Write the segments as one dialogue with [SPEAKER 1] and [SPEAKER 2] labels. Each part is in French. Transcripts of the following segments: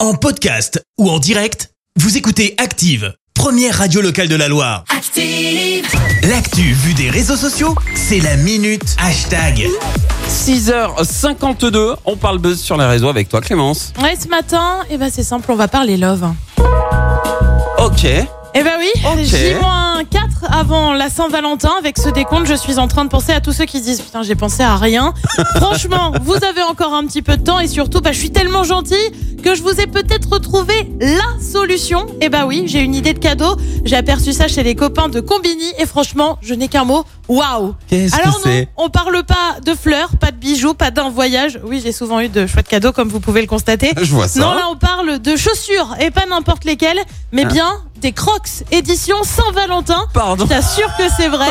[SPEAKER 1] En podcast ou en direct, vous écoutez Active, première radio locale de la Loire.
[SPEAKER 2] Active.
[SPEAKER 1] L'actu vue des réseaux sociaux, c'est la minute hashtag.
[SPEAKER 3] 6h52, on parle buzz sur les réseaux avec toi Clémence.
[SPEAKER 4] Ouais, ce matin, eh ben, c'est simple, on va parler love.
[SPEAKER 3] Ok.
[SPEAKER 4] Eh ben oui,
[SPEAKER 3] Ok.
[SPEAKER 4] J-4 avant la Saint-Valentin. Avec ce décompte, je suis en train de penser à tous ceux qui se disent Putain, j'ai pensé à rien. Franchement, vous avez encore un petit peu de temps et surtout, bah, je suis tellement gentille que je vous ai peut-être trouvé la solution. Eh ben oui, j'ai une idée de cadeau. J'ai aperçu ça chez les copains de Combini et franchement, je n'ai qu'un mot waouh
[SPEAKER 3] Qu'est-ce que
[SPEAKER 4] Alors non,
[SPEAKER 3] c'est
[SPEAKER 4] on parle pas de fleurs, pas de bijoux, pas d'un voyage. Oui, j'ai souvent eu de chouettes cadeaux, comme vous pouvez le constater.
[SPEAKER 3] Je vois ça.
[SPEAKER 4] Non, là, on parle de chaussures et pas n'importe lesquelles, mais bien des Crocs édition Saint-Valentin.
[SPEAKER 3] Ah. Pardon.
[SPEAKER 4] Je t'assure que c'est vrai.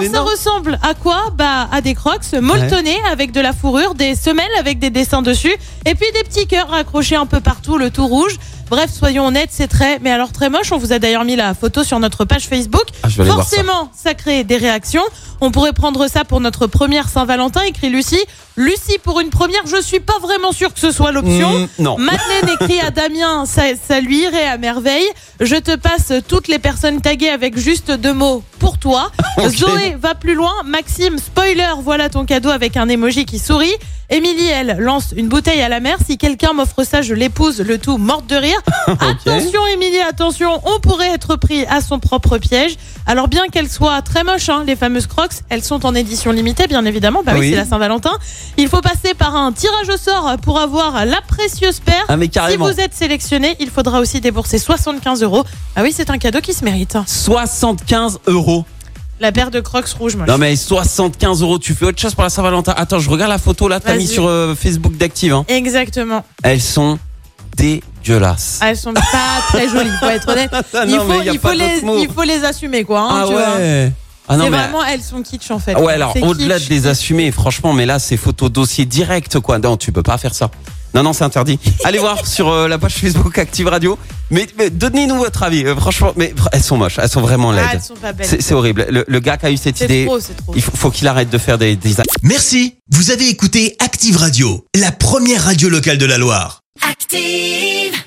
[SPEAKER 3] Mais
[SPEAKER 4] ça
[SPEAKER 3] non.
[SPEAKER 4] ressemble à quoi Bah, à des Crocs molletonnés avec de la fourrure, des semelles avec des dessins dessus, et puis des petits cœurs accrochés un peu partout, le tout rouge. Bref, soyons honnêtes, c'est très, mais alors très moche. On vous a d'ailleurs mis la photo sur notre page Facebook.
[SPEAKER 3] Ah, je vais aller voir ça.
[SPEAKER 4] Forcément, ça. crée des réactions. On pourrait prendre ça pour notre première Saint-Valentin, écrit Lucie. Lucie, pour une première, je suis pas vraiment sûre que ce soit l'option.
[SPEAKER 3] Mm, non.
[SPEAKER 4] Madeleine écrit à Damien, ça, ça lui irait à merveille. Je te passe toutes les personnes taguées avec juste deux mots pour toi.
[SPEAKER 3] Ok.
[SPEAKER 4] Zoé va plus loin. Maxime, spoiler, voilà ton cadeau avec un emoji qui sourit. Émilie, elle, lance une bouteille à la mer. Si quelqu'un m'offre ça, je l'épouse, le tout morte de rire. Attention, Émilie, attention, on pourrait être pris à son propre piège. Alors, bien qu'elles soient très moches, hein, les fameuses Crocs, elles sont en édition limitée, bien évidemment. Bah oui,
[SPEAKER 3] Oui.
[SPEAKER 4] c'est la Saint-Valentin. Il faut passer par un tirage au sort pour avoir la précieuse paire.
[SPEAKER 3] Ah mais
[SPEAKER 4] Si
[SPEAKER 3] carrément.
[SPEAKER 4] vous êtes sélectionné, il faudra aussi débourser 75 euros. Ah oui, c'est un cadeau qui se mérite.
[SPEAKER 3] 75 euros.
[SPEAKER 4] La paire de crocs rouges, moi.
[SPEAKER 3] Non mais 75 euros, tu fais autre chose pour la Saint-Valentin. Attends, je regarde la photo là, t'as
[SPEAKER 4] Vas-y.
[SPEAKER 3] mis sur euh, Facebook d'Active. hein.
[SPEAKER 4] Exactement.
[SPEAKER 3] Elles sont dégueulasses.
[SPEAKER 4] Ah, elles sont pas très jolies, faut être honnête.
[SPEAKER 3] Ah,
[SPEAKER 4] il,
[SPEAKER 3] non, mais
[SPEAKER 4] faut,
[SPEAKER 3] y a
[SPEAKER 4] il
[SPEAKER 3] pas
[SPEAKER 4] faut
[SPEAKER 3] d'autre
[SPEAKER 4] les,
[SPEAKER 3] mot.
[SPEAKER 4] il faut les assumer, quoi. hein,
[SPEAKER 3] Ah
[SPEAKER 4] tu vois.
[SPEAKER 3] ouais. Ah non
[SPEAKER 4] c'est
[SPEAKER 3] mais
[SPEAKER 4] vraiment, elles sont kitsch en fait.
[SPEAKER 3] Ah Ouais, alors
[SPEAKER 4] C'est
[SPEAKER 3] au-delà de
[SPEAKER 4] kitsch.
[SPEAKER 3] les assumer, franchement, mais là, c'est photo dossier direct, quoi. Non, tu peux pas faire ça. Non, non, c'est interdit. Allez voir sur euh, la page Facebook Active Radio. Mais, mais donnez-nous votre avis. Euh, franchement, mais fr- elles sont moches, elles sont vraiment
[SPEAKER 4] Ah,
[SPEAKER 3] laides.
[SPEAKER 4] elles sont pas belles.
[SPEAKER 3] C'est c'est horrible. Le, le gars qui a eu cette
[SPEAKER 4] C'est
[SPEAKER 3] idée,
[SPEAKER 4] trop, c'est trop.
[SPEAKER 3] il faut, faut qu'il arrête de faire des, des
[SPEAKER 1] Merci, vous avez écouté Active Radio, la première radio locale de la Loire.
[SPEAKER 2] Active.